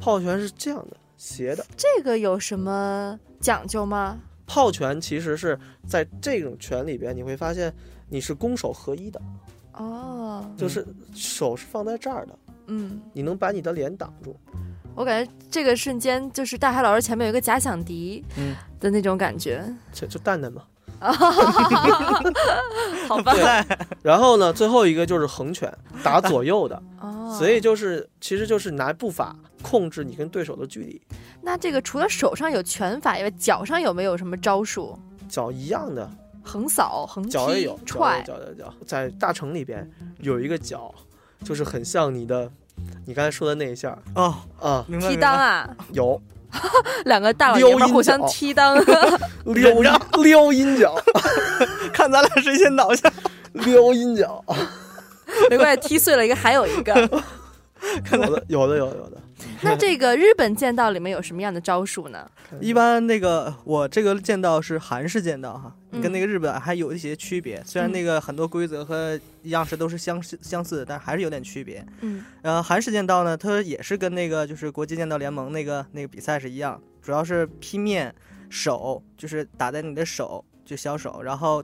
[SPEAKER 7] 炮拳是这样的斜的。
[SPEAKER 9] 这个有什么讲究吗？
[SPEAKER 7] 炮拳其实是在这种拳里边，你会发现你是攻守合一的，
[SPEAKER 9] 哦，
[SPEAKER 7] 就是手是放在这儿的，
[SPEAKER 9] 嗯，
[SPEAKER 7] 你能把你的脸挡住。
[SPEAKER 9] 我感觉这个瞬间就是大海老师前面有一个假想敌
[SPEAKER 4] 嗯
[SPEAKER 9] 的那种感 觉，
[SPEAKER 7] 这就蛋蛋嘛。
[SPEAKER 9] 好吧？
[SPEAKER 7] 然后呢，最后一个就是横 拳，打左右的，
[SPEAKER 4] 嗯
[SPEAKER 9] 哦，
[SPEAKER 7] 所以就是其实就是拿步法控制你跟对手的距离，
[SPEAKER 9] 那这个除了手上有拳法以外，脚上有没有什么招数？
[SPEAKER 7] 脚一样的，
[SPEAKER 9] 横扫、横踢、
[SPEAKER 7] 脚也有，脚也有
[SPEAKER 9] 踹，
[SPEAKER 7] 脚脚脚，在大城里边有一个脚，就是很像你的，你刚才说的那一下儿
[SPEAKER 4] 哦，
[SPEAKER 7] 啊，
[SPEAKER 4] 明白
[SPEAKER 9] 踢
[SPEAKER 4] 明
[SPEAKER 9] 裆
[SPEAKER 4] 白。
[SPEAKER 9] 啊，
[SPEAKER 7] 有
[SPEAKER 9] 两个大老爷们儿互相
[SPEAKER 7] 溜阴脚
[SPEAKER 9] 踢裆，
[SPEAKER 7] 撩阴 撩阴脚，
[SPEAKER 4] 看咱 俩谁先倒下，
[SPEAKER 7] 撩阴 脚，
[SPEAKER 9] 没关系，踢碎了一个还有一个。
[SPEAKER 7] 有的有的有的有的，
[SPEAKER 9] 那这个日本剑道里面有什么样的招数呢？
[SPEAKER 4] 一般那个我这个剑道是韩式剑道哈，
[SPEAKER 9] 嗯
[SPEAKER 4] 跟那个日本还有一些区别。虽然那个很多规则和样式都是相似相似的，但还是有点区别。
[SPEAKER 9] 嗯，
[SPEAKER 4] 呃，韩式剑道呢，它也是跟那个就是国际剑道联盟那个那个比赛是一样，主要是劈面手，就是打在你的手，就小手，然后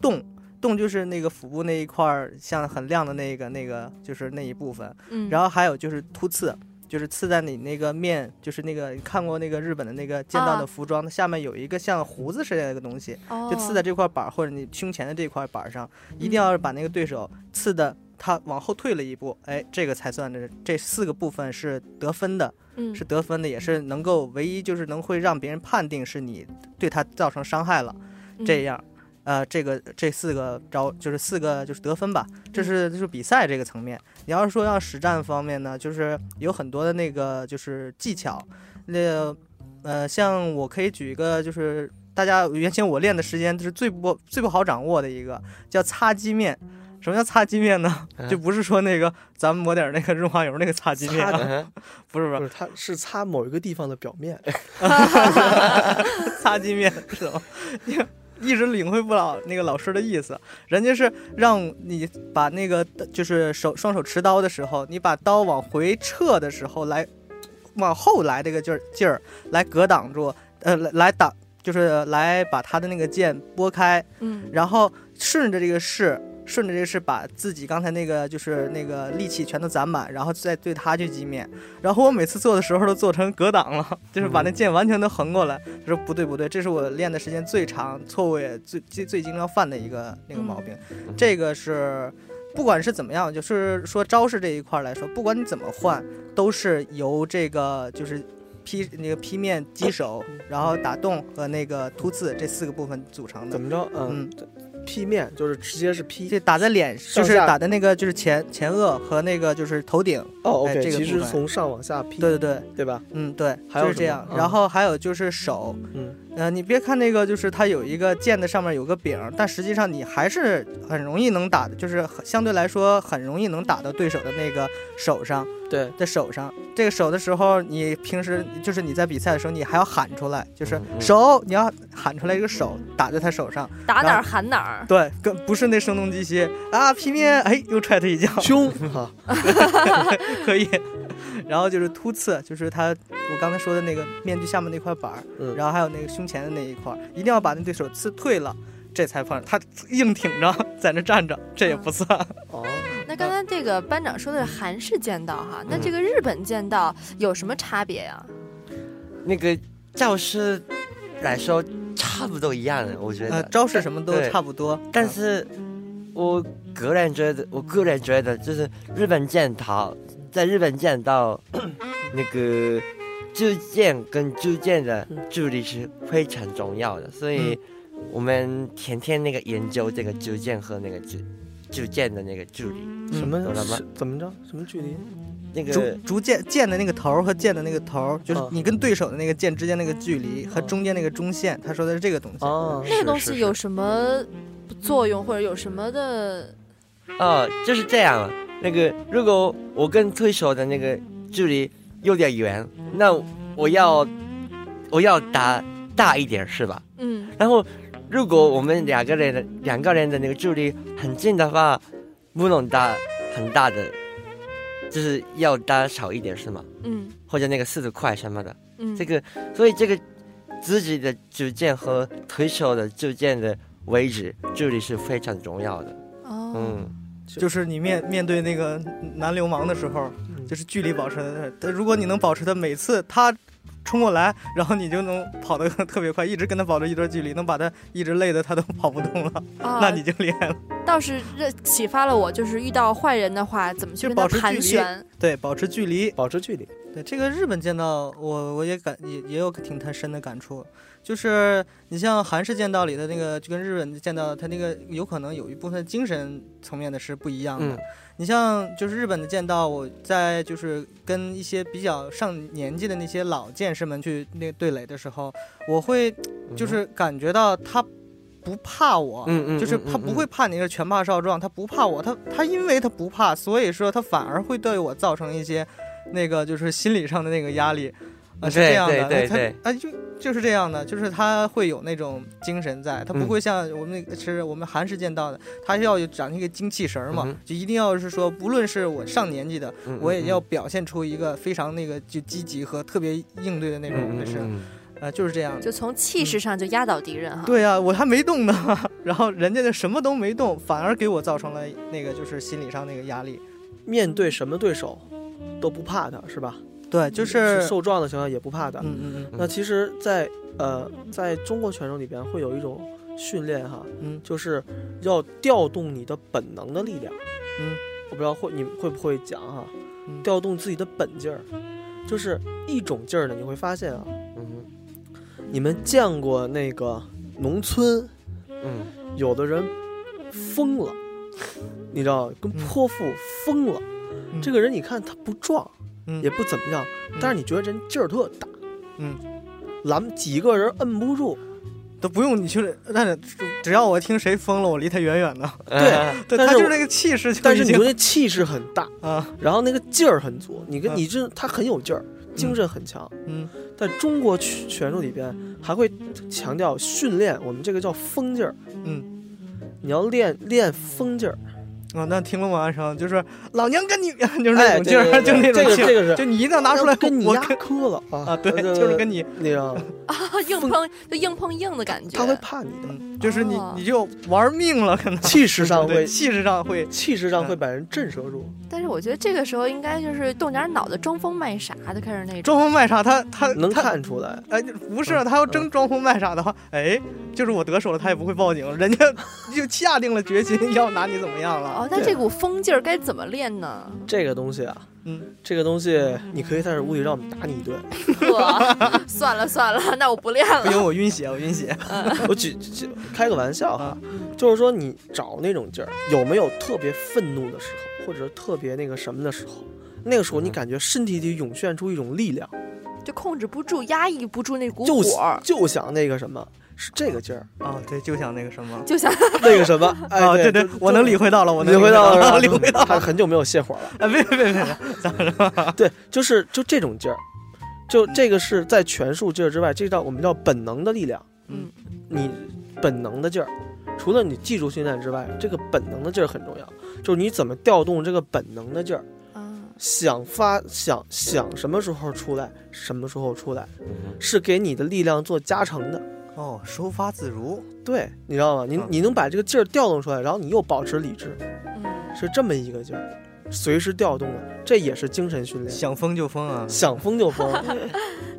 [SPEAKER 4] 动动就是那个腹部那一块儿，像很亮的那个那个就是那一部分，
[SPEAKER 9] 嗯，
[SPEAKER 4] 然后还有就是突刺。就是刺在你那个面，就是那个你看过那个日本的那个剑道
[SPEAKER 9] 啊
[SPEAKER 4] 的服装，它下面有一个像胡子似的那个东西，
[SPEAKER 9] 哦嗯
[SPEAKER 4] 就刺在这块板儿或者你胸前的这块板儿上，一定要把那个对手刺的他往后退了一步，哎，这个才算是这四个部分是得分的，
[SPEAKER 9] 嗯
[SPEAKER 4] 是得分的，也是能够唯一就是能会让别人判定是你对他造成伤害了，
[SPEAKER 6] 嗯
[SPEAKER 9] 嗯
[SPEAKER 4] 这样。呃，这个这四个招就是四个就是得分吧，这是就是比赛这个层面。你要是说要实战方面呢，就是有很多的那个就是技巧，那呃，像我可以举一个就是大家原先我练的时间就是最不最不好掌握的一个，叫擦鸡面。什么叫擦鸡面呢？就不是说那个咱们抹点那个润滑油那个擦鸡面、
[SPEAKER 7] 擦
[SPEAKER 4] 啊，
[SPEAKER 8] 嗯
[SPEAKER 4] 不是不嗯
[SPEAKER 7] 不
[SPEAKER 4] 是
[SPEAKER 7] 是它是擦某一个地方的表面，
[SPEAKER 4] 擦鸡面是什么？一直领会不了那个老师的意思，人家是让你把那个就是手双手持刀的时候，你把刀往回撤的时候来，往后来这个劲儿劲儿来格挡住，呃，来来挡就是来把他的那个剑拨开，
[SPEAKER 9] 嗯
[SPEAKER 4] 然后顺着这个势，顺着这个事把自己刚才那个就是那个力气全都攒满，然后再对他去击灭。然后我每次做的时候都做成格挡了， 就是把那剑完全都横过来。他说不对不对，这是我练的时间最长，错误也最最最经常犯的一个那个毛病。这个是不管是怎么样，就是说招式这一块来说，不管你怎么换，都是由这个就是。劈那个劈面击手，然后打洞和那个突刺这四个部分组成的
[SPEAKER 7] 怎。么着？嗯，劈面就是直接是劈。
[SPEAKER 4] 这打在脸，
[SPEAKER 7] 上
[SPEAKER 4] 就是
[SPEAKER 7] 下
[SPEAKER 4] 打在那个就是前前额和那个就是头顶。
[SPEAKER 7] 哦
[SPEAKER 4] 哎
[SPEAKER 7] ，OK，
[SPEAKER 4] 这个
[SPEAKER 7] 其
[SPEAKER 4] 部
[SPEAKER 7] 实
[SPEAKER 4] 分
[SPEAKER 7] 是从上往下劈，
[SPEAKER 4] 对对对，
[SPEAKER 7] 对吧？
[SPEAKER 4] 嗯对，
[SPEAKER 7] 还有
[SPEAKER 4] 就是
[SPEAKER 7] 什
[SPEAKER 4] 这
[SPEAKER 7] 么
[SPEAKER 4] 样。
[SPEAKER 7] 嗯
[SPEAKER 4] 然后还有就是手，
[SPEAKER 7] 嗯，
[SPEAKER 4] 呃，你别看那个就是它有一个剑的上面有个柄儿，但实际上你还是很容易能打的，就是很相对来说很容易能打到对手的那个手上
[SPEAKER 7] 对，
[SPEAKER 4] 的手上。这个手的时候，你平时就是你在比赛的时候，你还要喊出来，就是
[SPEAKER 8] 嗯嗯
[SPEAKER 4] 手，你要喊出来一个手打在他手上。
[SPEAKER 9] 打哪
[SPEAKER 4] 然
[SPEAKER 9] 儿
[SPEAKER 4] 后
[SPEAKER 9] 喊哪儿。
[SPEAKER 4] 对，跟不是那声东击西啊，劈面，哎，又踹他一脚，
[SPEAKER 7] 胸哈，
[SPEAKER 4] 可以。然后就是突刺，就是他我刚才说的那个面具下面那块板儿，
[SPEAKER 7] 嗯
[SPEAKER 4] 然后还有那个胸前的那一块儿，一定要把那对手刺退了，这才算。他硬挺着在那站着，这也不算。
[SPEAKER 7] 哦，
[SPEAKER 4] 嗯
[SPEAKER 9] 那刚才这个班长说的是韩式剑道哈，那
[SPEAKER 8] 嗯
[SPEAKER 9] 这个日本剑道有什么差别呀、
[SPEAKER 8] 那个教师来说差不多一样的，我觉得。
[SPEAKER 4] 呃，招式什么都
[SPEAKER 8] 对
[SPEAKER 4] 差不多，
[SPEAKER 8] 但
[SPEAKER 4] 啊
[SPEAKER 8] 是我个人觉得，我个人觉得就是日本剑道，在日本剑道那个铸剑跟铸剑的距离是非常重要的，所以我们天天那个研究这个铸剑和那个铸铸剑的那个距离，
[SPEAKER 7] 什么
[SPEAKER 8] 懂了吗
[SPEAKER 7] 是怎么着？什么距离？
[SPEAKER 8] 那
[SPEAKER 4] 竹
[SPEAKER 8] 个
[SPEAKER 4] 竹剑剑的那个头儿和剑的那个头儿，就是
[SPEAKER 7] 啊
[SPEAKER 8] 嗯
[SPEAKER 4] 你跟对手的那个剑之间那个距离和
[SPEAKER 7] 啊
[SPEAKER 4] 中间那个中线，他说的是这个东西。
[SPEAKER 7] 哦，
[SPEAKER 9] 那个东
[SPEAKER 8] 是
[SPEAKER 9] 西
[SPEAKER 8] 是
[SPEAKER 9] 有什么作用，或者有什么的？
[SPEAKER 8] 哦，就是这样。那个，如果我跟对手的那个距离有点远，那我要我要打大一点，是吧？
[SPEAKER 9] 嗯，
[SPEAKER 8] 然后，如果我们两个人的两个人的那个距离很近的话，不能打很大的，就是要打少一点，是吗？
[SPEAKER 9] 嗯
[SPEAKER 8] 或者那个速度快什么的，
[SPEAKER 9] 嗯，
[SPEAKER 8] 这个，所以这个自己的主见和对手的主见的位置距离是非常重要的。
[SPEAKER 9] 哦，
[SPEAKER 8] 嗯。
[SPEAKER 4] 就是你面面对那个男流氓的时候，
[SPEAKER 7] 嗯
[SPEAKER 4] 就是距离保持的，但如果你能保持的每次他冲过来，然后你就能跑得特别快，一直跟他保持一段距离，能把他一直累得他都跑不动了，
[SPEAKER 9] 啊
[SPEAKER 4] 那你就厉害了。
[SPEAKER 9] 倒是这启发了我，就是遇到坏人的话，怎么去
[SPEAKER 4] 就
[SPEAKER 9] 跟
[SPEAKER 4] 保
[SPEAKER 9] 他
[SPEAKER 4] 持距
[SPEAKER 9] 盘
[SPEAKER 4] 离
[SPEAKER 9] 旋？
[SPEAKER 4] 对，保持距离。
[SPEAKER 7] 保持距离。
[SPEAKER 4] 对这个日本剑道，我我也感也也有挺太深的感触，就是你像韩式剑道里的那个，就跟日本剑道它那个有可能有一部分精神层面的是不一样的。
[SPEAKER 8] 嗯
[SPEAKER 4] 你像就是日本的剑道，我在就是跟一些比较上年纪的那些老剑士们去那个对垒的时候，我会就是感觉到他不怕我，
[SPEAKER 8] 嗯嗯
[SPEAKER 4] 哦就是
[SPEAKER 8] 嗯嗯
[SPEAKER 4] 他不会怕你是拳怕少壮，他不怕我，他他因为他不怕，所以说他反而会对我造成一些那个就是心理上的那个压力，啊、是这
[SPEAKER 8] 对
[SPEAKER 4] 样的，
[SPEAKER 8] 对对
[SPEAKER 4] 他
[SPEAKER 8] 对
[SPEAKER 4] 啊就就是这样的，就是他会有那种精神在，他不
[SPEAKER 8] 嗯
[SPEAKER 4] 会像我们那个是我们韩式剑道的，他要有长一个精气神儿嘛，
[SPEAKER 8] 嗯哼
[SPEAKER 4] 就一定要是说，不论是我上年纪的，
[SPEAKER 8] 嗯
[SPEAKER 4] 我也要表现出一个非常那个就积极和特别应对的
[SPEAKER 8] 嗯
[SPEAKER 4] 那种，就是啊、就是这样的。
[SPEAKER 9] 就从气势上就压倒敌人哈。
[SPEAKER 4] 对啊，我还没动呢， 然后人家就什么都没动，反而给我造成了那个就是心理上那个压力。
[SPEAKER 7] 面对什么对手都不怕他，是吧？
[SPEAKER 4] 对，就是，
[SPEAKER 7] 嗯受撞的情况也不怕他。
[SPEAKER 4] 嗯嗯
[SPEAKER 7] 那其实在，呃，在中国拳手里边会有一种训练哈，
[SPEAKER 4] 嗯
[SPEAKER 7] 就是要调动你的本能的力量。
[SPEAKER 4] 嗯，
[SPEAKER 7] 我不知道会你们会不会讲哈，
[SPEAKER 4] 嗯
[SPEAKER 7] 调动自己的本劲儿，就是一种劲儿呢。你会发现啊，
[SPEAKER 8] 嗯
[SPEAKER 7] 你们见过那个农村
[SPEAKER 8] 嗯
[SPEAKER 7] 有的人疯了，你知道，跟
[SPEAKER 4] 嗯
[SPEAKER 7] 泼妇疯了。
[SPEAKER 4] 嗯，
[SPEAKER 7] 这个人你看他不壮，
[SPEAKER 4] 嗯
[SPEAKER 7] 也不怎么样，但是你觉得人劲儿特大，
[SPEAKER 4] 嗯，
[SPEAKER 7] 咱们几个人摁不住，
[SPEAKER 4] 都不用你去，那只要我听谁疯了，我离他远远的。
[SPEAKER 7] 对，
[SPEAKER 4] 对，
[SPEAKER 7] 但
[SPEAKER 4] 他
[SPEAKER 7] 是
[SPEAKER 4] 就是
[SPEAKER 7] 我
[SPEAKER 4] 那个气势就
[SPEAKER 7] 但
[SPEAKER 4] 已
[SPEAKER 7] 是你
[SPEAKER 4] 经
[SPEAKER 7] 说那气势很大，
[SPEAKER 4] 啊，
[SPEAKER 7] 然后那个劲儿很足，你跟
[SPEAKER 4] 嗯
[SPEAKER 7] 你这他很有劲儿，精神很强。
[SPEAKER 4] 嗯
[SPEAKER 7] 在中国拳拳术里边还会强调训练，我们这个叫风劲儿，
[SPEAKER 4] 嗯，
[SPEAKER 7] 你要练练风劲儿，
[SPEAKER 4] 啊、那听了吗？安生就是老娘跟你 就是那
[SPEAKER 7] 哎，
[SPEAKER 4] 种
[SPEAKER 7] 对
[SPEAKER 4] 劲儿，
[SPEAKER 7] 对对
[SPEAKER 4] 就
[SPEAKER 7] 这
[SPEAKER 4] 那种
[SPEAKER 7] 个
[SPEAKER 4] 劲儿，
[SPEAKER 7] 这个是
[SPEAKER 4] 就你一定要拿出来，
[SPEAKER 7] 跟你
[SPEAKER 4] 我
[SPEAKER 7] 压磕了啊
[SPEAKER 4] 啊，对，就是跟你，
[SPEAKER 7] 那样，
[SPEAKER 9] 啊
[SPEAKER 6] 硬碰就硬碰硬的感觉。
[SPEAKER 7] 他会怕你的，
[SPEAKER 4] 嗯，就是你
[SPEAKER 6] 哦
[SPEAKER 4] 你就玩命了，可能
[SPEAKER 7] 气势上
[SPEAKER 4] 对
[SPEAKER 7] 会
[SPEAKER 4] 气势上会，
[SPEAKER 7] 气势上会把人震慑住。
[SPEAKER 6] 但是我觉得这个时候应该就是动点脑子，装疯卖傻的开始那种。
[SPEAKER 4] 装疯卖傻，他他
[SPEAKER 7] 能
[SPEAKER 4] 他
[SPEAKER 7] 看出来，
[SPEAKER 4] 哎，不是，他要真装疯卖傻的话，哎，就是我得手了，他也不会报警，人家 就下定了决心要拿你怎么样了。
[SPEAKER 6] 哦，那这股疯劲儿该怎么练呢？
[SPEAKER 7] 这个东西啊，
[SPEAKER 4] 嗯，
[SPEAKER 7] 这个东西你可以在这屋里让我们打你一 顿。
[SPEAKER 6] 呵，算了算了，那我不练
[SPEAKER 4] 不
[SPEAKER 6] 了。
[SPEAKER 4] 行，我晕血，我晕血。
[SPEAKER 7] 我举举开个玩笑哈
[SPEAKER 4] 啊，
[SPEAKER 7] 就是说你找那种劲儿，有没有特别愤怒的时候，或者是特别那个什么的时候？那个时
[SPEAKER 4] 嗯
[SPEAKER 7] 候你感觉身体里涌现出一种力量，
[SPEAKER 6] 就控制不住，压抑不住那股
[SPEAKER 7] 就
[SPEAKER 6] 火儿，
[SPEAKER 7] 就想那个什么，是这个劲儿，
[SPEAKER 4] 啊，对，就想那个什么。
[SPEAKER 6] 就 想
[SPEAKER 7] 那个什 么，哎，
[SPEAKER 4] 啊，对
[SPEAKER 7] 对
[SPEAKER 4] 我能领会到了，我能
[SPEAKER 7] 领会到
[SPEAKER 4] 了，
[SPEAKER 7] 了，
[SPEAKER 4] 领会到
[SPEAKER 7] 他
[SPEAKER 4] 了。
[SPEAKER 7] 很久没有泄火了。
[SPEAKER 4] 哎，别别别别，
[SPEAKER 7] 对，就是就这种劲儿，就这个是在拳术劲儿之外，这叫我们叫本能的力量。
[SPEAKER 4] 嗯，
[SPEAKER 7] 你本能的劲儿，除了你技术训练之外，这个本能的劲儿很重要，就是你怎么调动这个本能的劲儿，
[SPEAKER 6] 啊，
[SPEAKER 7] 想发想想什么时候出来，什么时候出来，是给你的力量做加成的。
[SPEAKER 4] 哦，收发自如。
[SPEAKER 7] 对，你知道吗？你
[SPEAKER 4] 嗯
[SPEAKER 7] 你能把这个劲儿调动出来，然后你又保持理智，
[SPEAKER 6] 嗯，
[SPEAKER 7] 是这么一个劲儿，随时调动的，这也是精神训练。
[SPEAKER 4] 想疯就疯啊！
[SPEAKER 7] 想疯就 疯，
[SPEAKER 4] 哦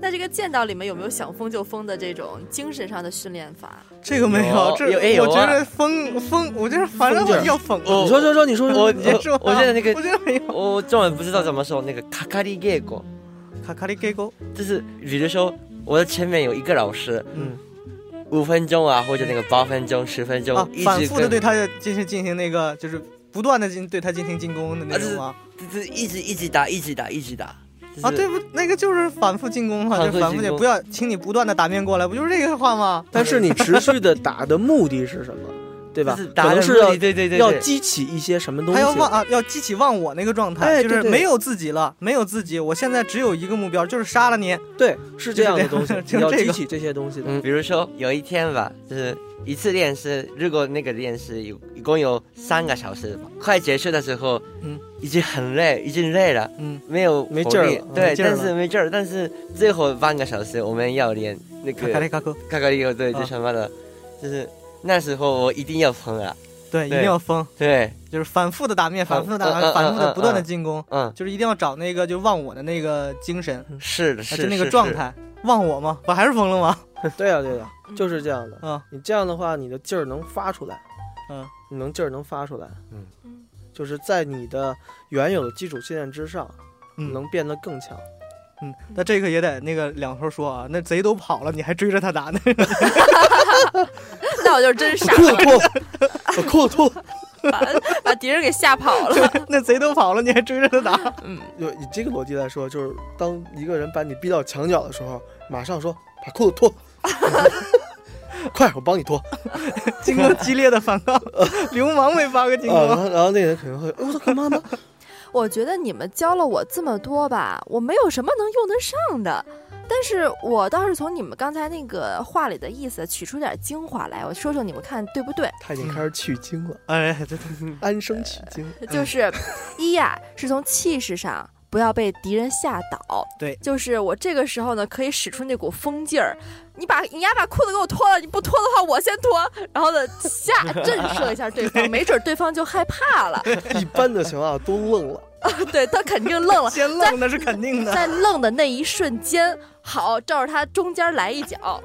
[SPEAKER 6] 那这个剑道里面有没有想疯就疯的这种精神上的训练法？嗯
[SPEAKER 4] 这个没
[SPEAKER 8] 有
[SPEAKER 4] 这
[SPEAKER 8] 有哎有
[SPEAKER 4] 我
[SPEAKER 8] 啊
[SPEAKER 4] 觉得疯疯，我就是反正
[SPEAKER 7] 疯劲儿
[SPEAKER 4] 要疯。
[SPEAKER 8] 哦
[SPEAKER 7] 你说说说，你说说，
[SPEAKER 8] 我
[SPEAKER 4] 你先说吧，
[SPEAKER 8] 我我现在那个
[SPEAKER 4] 我觉得没有。
[SPEAKER 8] 我中文不知道怎么说那个卡卡里盖过，
[SPEAKER 4] 卡卡里给狗，
[SPEAKER 8] 就是比如说我的前面有一个老师，
[SPEAKER 4] 嗯
[SPEAKER 8] 五分钟啊，或者那个八分钟、十分钟，
[SPEAKER 4] 啊
[SPEAKER 8] 嗯一，
[SPEAKER 4] 反
[SPEAKER 8] 直
[SPEAKER 4] 复的
[SPEAKER 8] 跟
[SPEAKER 4] 对他进行进行那个，就是不断的进对他进行进攻的那种啊吗？
[SPEAKER 8] 就是一直一直打，一直打，一直打。就是、
[SPEAKER 4] 啊，对不，那个就是反复进攻嘛，
[SPEAKER 8] 反
[SPEAKER 4] 就
[SPEAKER 8] 复
[SPEAKER 4] 是反复
[SPEAKER 8] 进
[SPEAKER 4] 进，
[SPEAKER 8] 攻
[SPEAKER 4] 不要，请你不断的打面过来，不就是这个话吗？
[SPEAKER 7] 但是你持续的打的目的是 什么？对吧
[SPEAKER 8] 就是？打
[SPEAKER 7] 可
[SPEAKER 8] 的
[SPEAKER 7] 能是
[SPEAKER 8] 目的
[SPEAKER 7] 要
[SPEAKER 8] 对对对
[SPEAKER 7] 要
[SPEAKER 8] 对
[SPEAKER 7] 激起一些什么东
[SPEAKER 4] 还
[SPEAKER 7] 西？
[SPEAKER 4] 要忘啊，要激起忘我那个状态，
[SPEAKER 7] 哎
[SPEAKER 4] 就
[SPEAKER 7] 对
[SPEAKER 4] 是
[SPEAKER 7] 对
[SPEAKER 4] 没有自己了，没有自己，我现在只有一个目标，就是杀了你。
[SPEAKER 7] 对，是这样的东西，
[SPEAKER 4] 就是这
[SPEAKER 7] 你
[SPEAKER 4] 样
[SPEAKER 7] 要
[SPEAKER 4] 就是这
[SPEAKER 7] 激起
[SPEAKER 4] 个
[SPEAKER 7] 这些东西的。
[SPEAKER 8] 嗯，比如说有一天吧，就是一次练习，如果那个练习有一共有三个小时吧，快结束的时候，
[SPEAKER 4] 嗯
[SPEAKER 8] 嗯，已经很累，已经累了，
[SPEAKER 4] 嗯
[SPEAKER 8] 嗯，没有
[SPEAKER 7] 没
[SPEAKER 8] 活
[SPEAKER 7] 劲儿
[SPEAKER 8] 力
[SPEAKER 7] 了嗯
[SPEAKER 4] 没
[SPEAKER 8] 对，
[SPEAKER 4] 劲儿了
[SPEAKER 8] 但是没劲儿，但是最后半个小时我们要练那
[SPEAKER 4] 卡卡
[SPEAKER 8] 个
[SPEAKER 4] 里卡扣，
[SPEAKER 8] 卡卡里，对，
[SPEAKER 4] 啊
[SPEAKER 8] 就什么的，就是那时候我一定要疯了，
[SPEAKER 4] 对，一定要疯，
[SPEAKER 8] 对，
[SPEAKER 4] 就是反复的打面，反复的打
[SPEAKER 8] 嗯嗯
[SPEAKER 4] 面，
[SPEAKER 8] 嗯
[SPEAKER 4] 反复的
[SPEAKER 8] 嗯
[SPEAKER 4] 不断的
[SPEAKER 8] 嗯
[SPEAKER 4] 进攻，
[SPEAKER 8] 嗯，
[SPEAKER 4] 就是一定要找那个就忘我的那个精神，啊
[SPEAKER 8] 是嗯的，是
[SPEAKER 4] 就那
[SPEAKER 8] 是
[SPEAKER 4] 个
[SPEAKER 8] 是
[SPEAKER 4] 状态。忘我吗？我还是疯了吗？
[SPEAKER 7] 对呀、对呀、就是这样的。
[SPEAKER 4] 啊，
[SPEAKER 7] 你这样的话，你的劲儿能发出来。
[SPEAKER 4] 嗯，
[SPEAKER 7] 你能劲儿能发出来。
[SPEAKER 8] 嗯
[SPEAKER 6] 嗯
[SPEAKER 7] 就是在你的原有的基础训练之上，
[SPEAKER 4] 嗯
[SPEAKER 7] 能变得更强。
[SPEAKER 4] 嗯，那这个也得那个两头说啊，那贼都跑了，你还追着他打呢？
[SPEAKER 6] 那我就真傻
[SPEAKER 7] 裤
[SPEAKER 6] 了，
[SPEAKER 7] 裤，我裤吐。
[SPEAKER 6] 把 把敌人给吓跑了。
[SPEAKER 4] 那贼都跑了，你还追着他打？
[SPEAKER 7] 就以这个逻辑来说，就是当一个人把你逼到墙角的时候，马上说把裤子脱， 快，我帮你脱。啊
[SPEAKER 4] 经过激烈的反 抗，流氓没发个进
[SPEAKER 7] 啊，然
[SPEAKER 4] 攻。
[SPEAKER 7] 后然后那个人肯定会，哎我操，干嘛呢？
[SPEAKER 6] 我觉得你们教了我这么多吧，我没有什么能用得上的。但是我倒是从你们刚才那个话里的意思取出点精华来，我说说你们看对不对？
[SPEAKER 7] 他已经开始取经了，
[SPEAKER 4] 哎，对对，
[SPEAKER 7] 安生取经。
[SPEAKER 6] 就是一呀、是从气势上。不要被敌人吓倒。
[SPEAKER 4] 对
[SPEAKER 6] 就是我这个时候呢，可以使出那股疯劲儿。你把你丫把裤子给我脱了，你不脱的话，我先脱。然后呢，吓震慑一下对方，没准对方就害怕了。
[SPEAKER 7] 一般的情况下都愣了，
[SPEAKER 6] 对他肯定愣了，
[SPEAKER 4] 先愣那是肯定 的。
[SPEAKER 6] 在愣的那一瞬间，好，照着他中间来一 脚，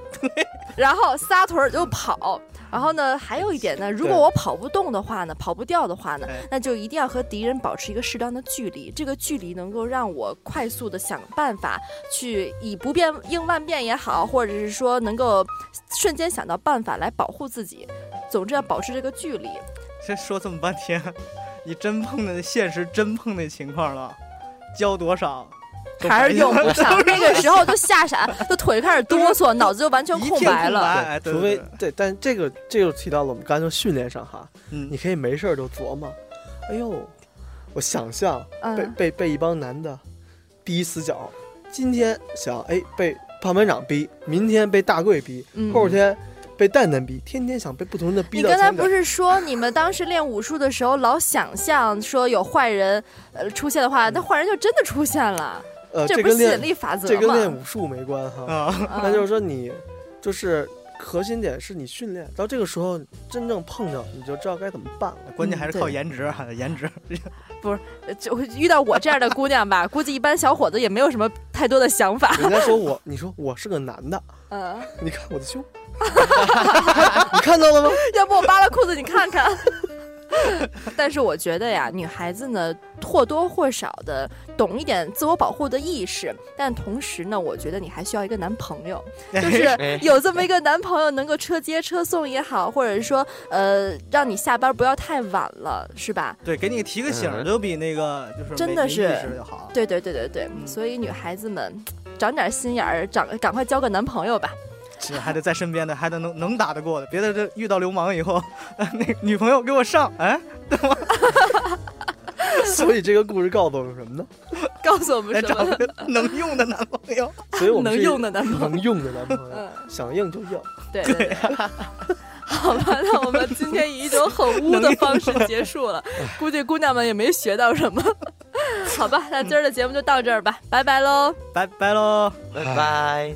[SPEAKER 6] 然后撒腿儿就跑。然后呢，还有一点呢，如果我跑不动的话呢，跑不掉的话呢
[SPEAKER 4] 哎，
[SPEAKER 6] 那就一定要和敌人保持一个适当的距离。这个距离能够让我快速的想办法去以不变应万变也好，或者是说能够瞬间想到办法来保护自己。总之要保持这个距离。
[SPEAKER 4] 这说这么半天，你真碰的现实真碰那情况了，交多少都，
[SPEAKER 6] 还是用不上那个时候就吓傻，就腿开始哆 嗦，脑子就完全
[SPEAKER 4] 一片
[SPEAKER 6] 空白了。
[SPEAKER 4] 哎对
[SPEAKER 7] 除非
[SPEAKER 4] 对对
[SPEAKER 7] 对，但这个这就提到了我们刚才说训练上哈，你
[SPEAKER 4] 嗯，
[SPEAKER 7] 可以没事儿就琢磨，哎呦，我想象
[SPEAKER 6] 嗯
[SPEAKER 7] 被被被一帮男的逼死角，今天想哎被胖班长逼，明天被大贵逼，
[SPEAKER 6] 嗯
[SPEAKER 7] 后天被蛋蛋逼，天天想被不同人的逼
[SPEAKER 6] 你
[SPEAKER 7] 到
[SPEAKER 6] 刚
[SPEAKER 7] 墙
[SPEAKER 6] 才
[SPEAKER 7] 角。
[SPEAKER 6] 不是说你们当时练武术的时候老想象说有坏人呃出现的话，那坏人就真的出现了，
[SPEAKER 7] 嗯呃，
[SPEAKER 6] 这
[SPEAKER 7] 这
[SPEAKER 6] 不是
[SPEAKER 7] 跟
[SPEAKER 6] 吸引
[SPEAKER 7] 练
[SPEAKER 6] 力法则
[SPEAKER 7] 这跟练
[SPEAKER 6] 吗？嗯
[SPEAKER 7] 武术没关哈。
[SPEAKER 4] 啊，
[SPEAKER 6] 那
[SPEAKER 7] 那就是说你就是核心点是你训练到这个时候，真正碰上你就知道该怎么办了。
[SPEAKER 4] 关键还
[SPEAKER 10] 嗯
[SPEAKER 4] 是靠
[SPEAKER 10] 对
[SPEAKER 4] 颜值啊， 颜值。
[SPEAKER 6] 就遇到我这样的姑娘吧， 估计一般小伙子也没有什么太多的想法。
[SPEAKER 7] 人家说我， 你说我是个男的，
[SPEAKER 6] 嗯，
[SPEAKER 7] 你看我 的胸，你看到了吗？
[SPEAKER 6] 要不我扒拉裤子你看看。 但是我觉得呀，女孩子呢或多或少的懂一点自我保护的意识，但同时呢，我觉得你还需要一个男朋 友，
[SPEAKER 7] 哎
[SPEAKER 6] 就是有这么一个男朋友能够车接车送也好，或者说呃让你下班不要太晚了，是吧？
[SPEAKER 4] 对，给你提个醒儿
[SPEAKER 8] 嗯
[SPEAKER 4] 都比那个就是
[SPEAKER 6] 真
[SPEAKER 4] 没
[SPEAKER 6] 的
[SPEAKER 4] 没意
[SPEAKER 6] 是
[SPEAKER 4] 识就 好。
[SPEAKER 6] 对对对对对，
[SPEAKER 4] 嗯
[SPEAKER 6] 所以女孩子们长点心眼儿，长赶快交个男朋友吧。
[SPEAKER 4] 是还得在身边的，还得能能打得过的，别的这遇到流氓以后， 那女朋友给我上，哎，
[SPEAKER 7] 所以这个故事告诉我们什么呢？
[SPEAKER 6] 告诉我
[SPEAKER 4] 来
[SPEAKER 6] 们什
[SPEAKER 4] 找
[SPEAKER 6] 么？
[SPEAKER 4] 个能用的男朋友。
[SPEAKER 7] 哎哦所以我
[SPEAKER 6] 能
[SPEAKER 7] 们是
[SPEAKER 6] 用的男朋友。
[SPEAKER 7] 能用的男朋友，
[SPEAKER 6] 嗯，
[SPEAKER 7] 想硬就硬。
[SPEAKER 6] 对对对。 好吧，那我们今天以一种很污的方式结束了，估计姑娘们也没学到什么。 好吧，那今儿的节目就到这儿吧，拜拜喽。
[SPEAKER 4] 拜拜喽。
[SPEAKER 8] 拜拜。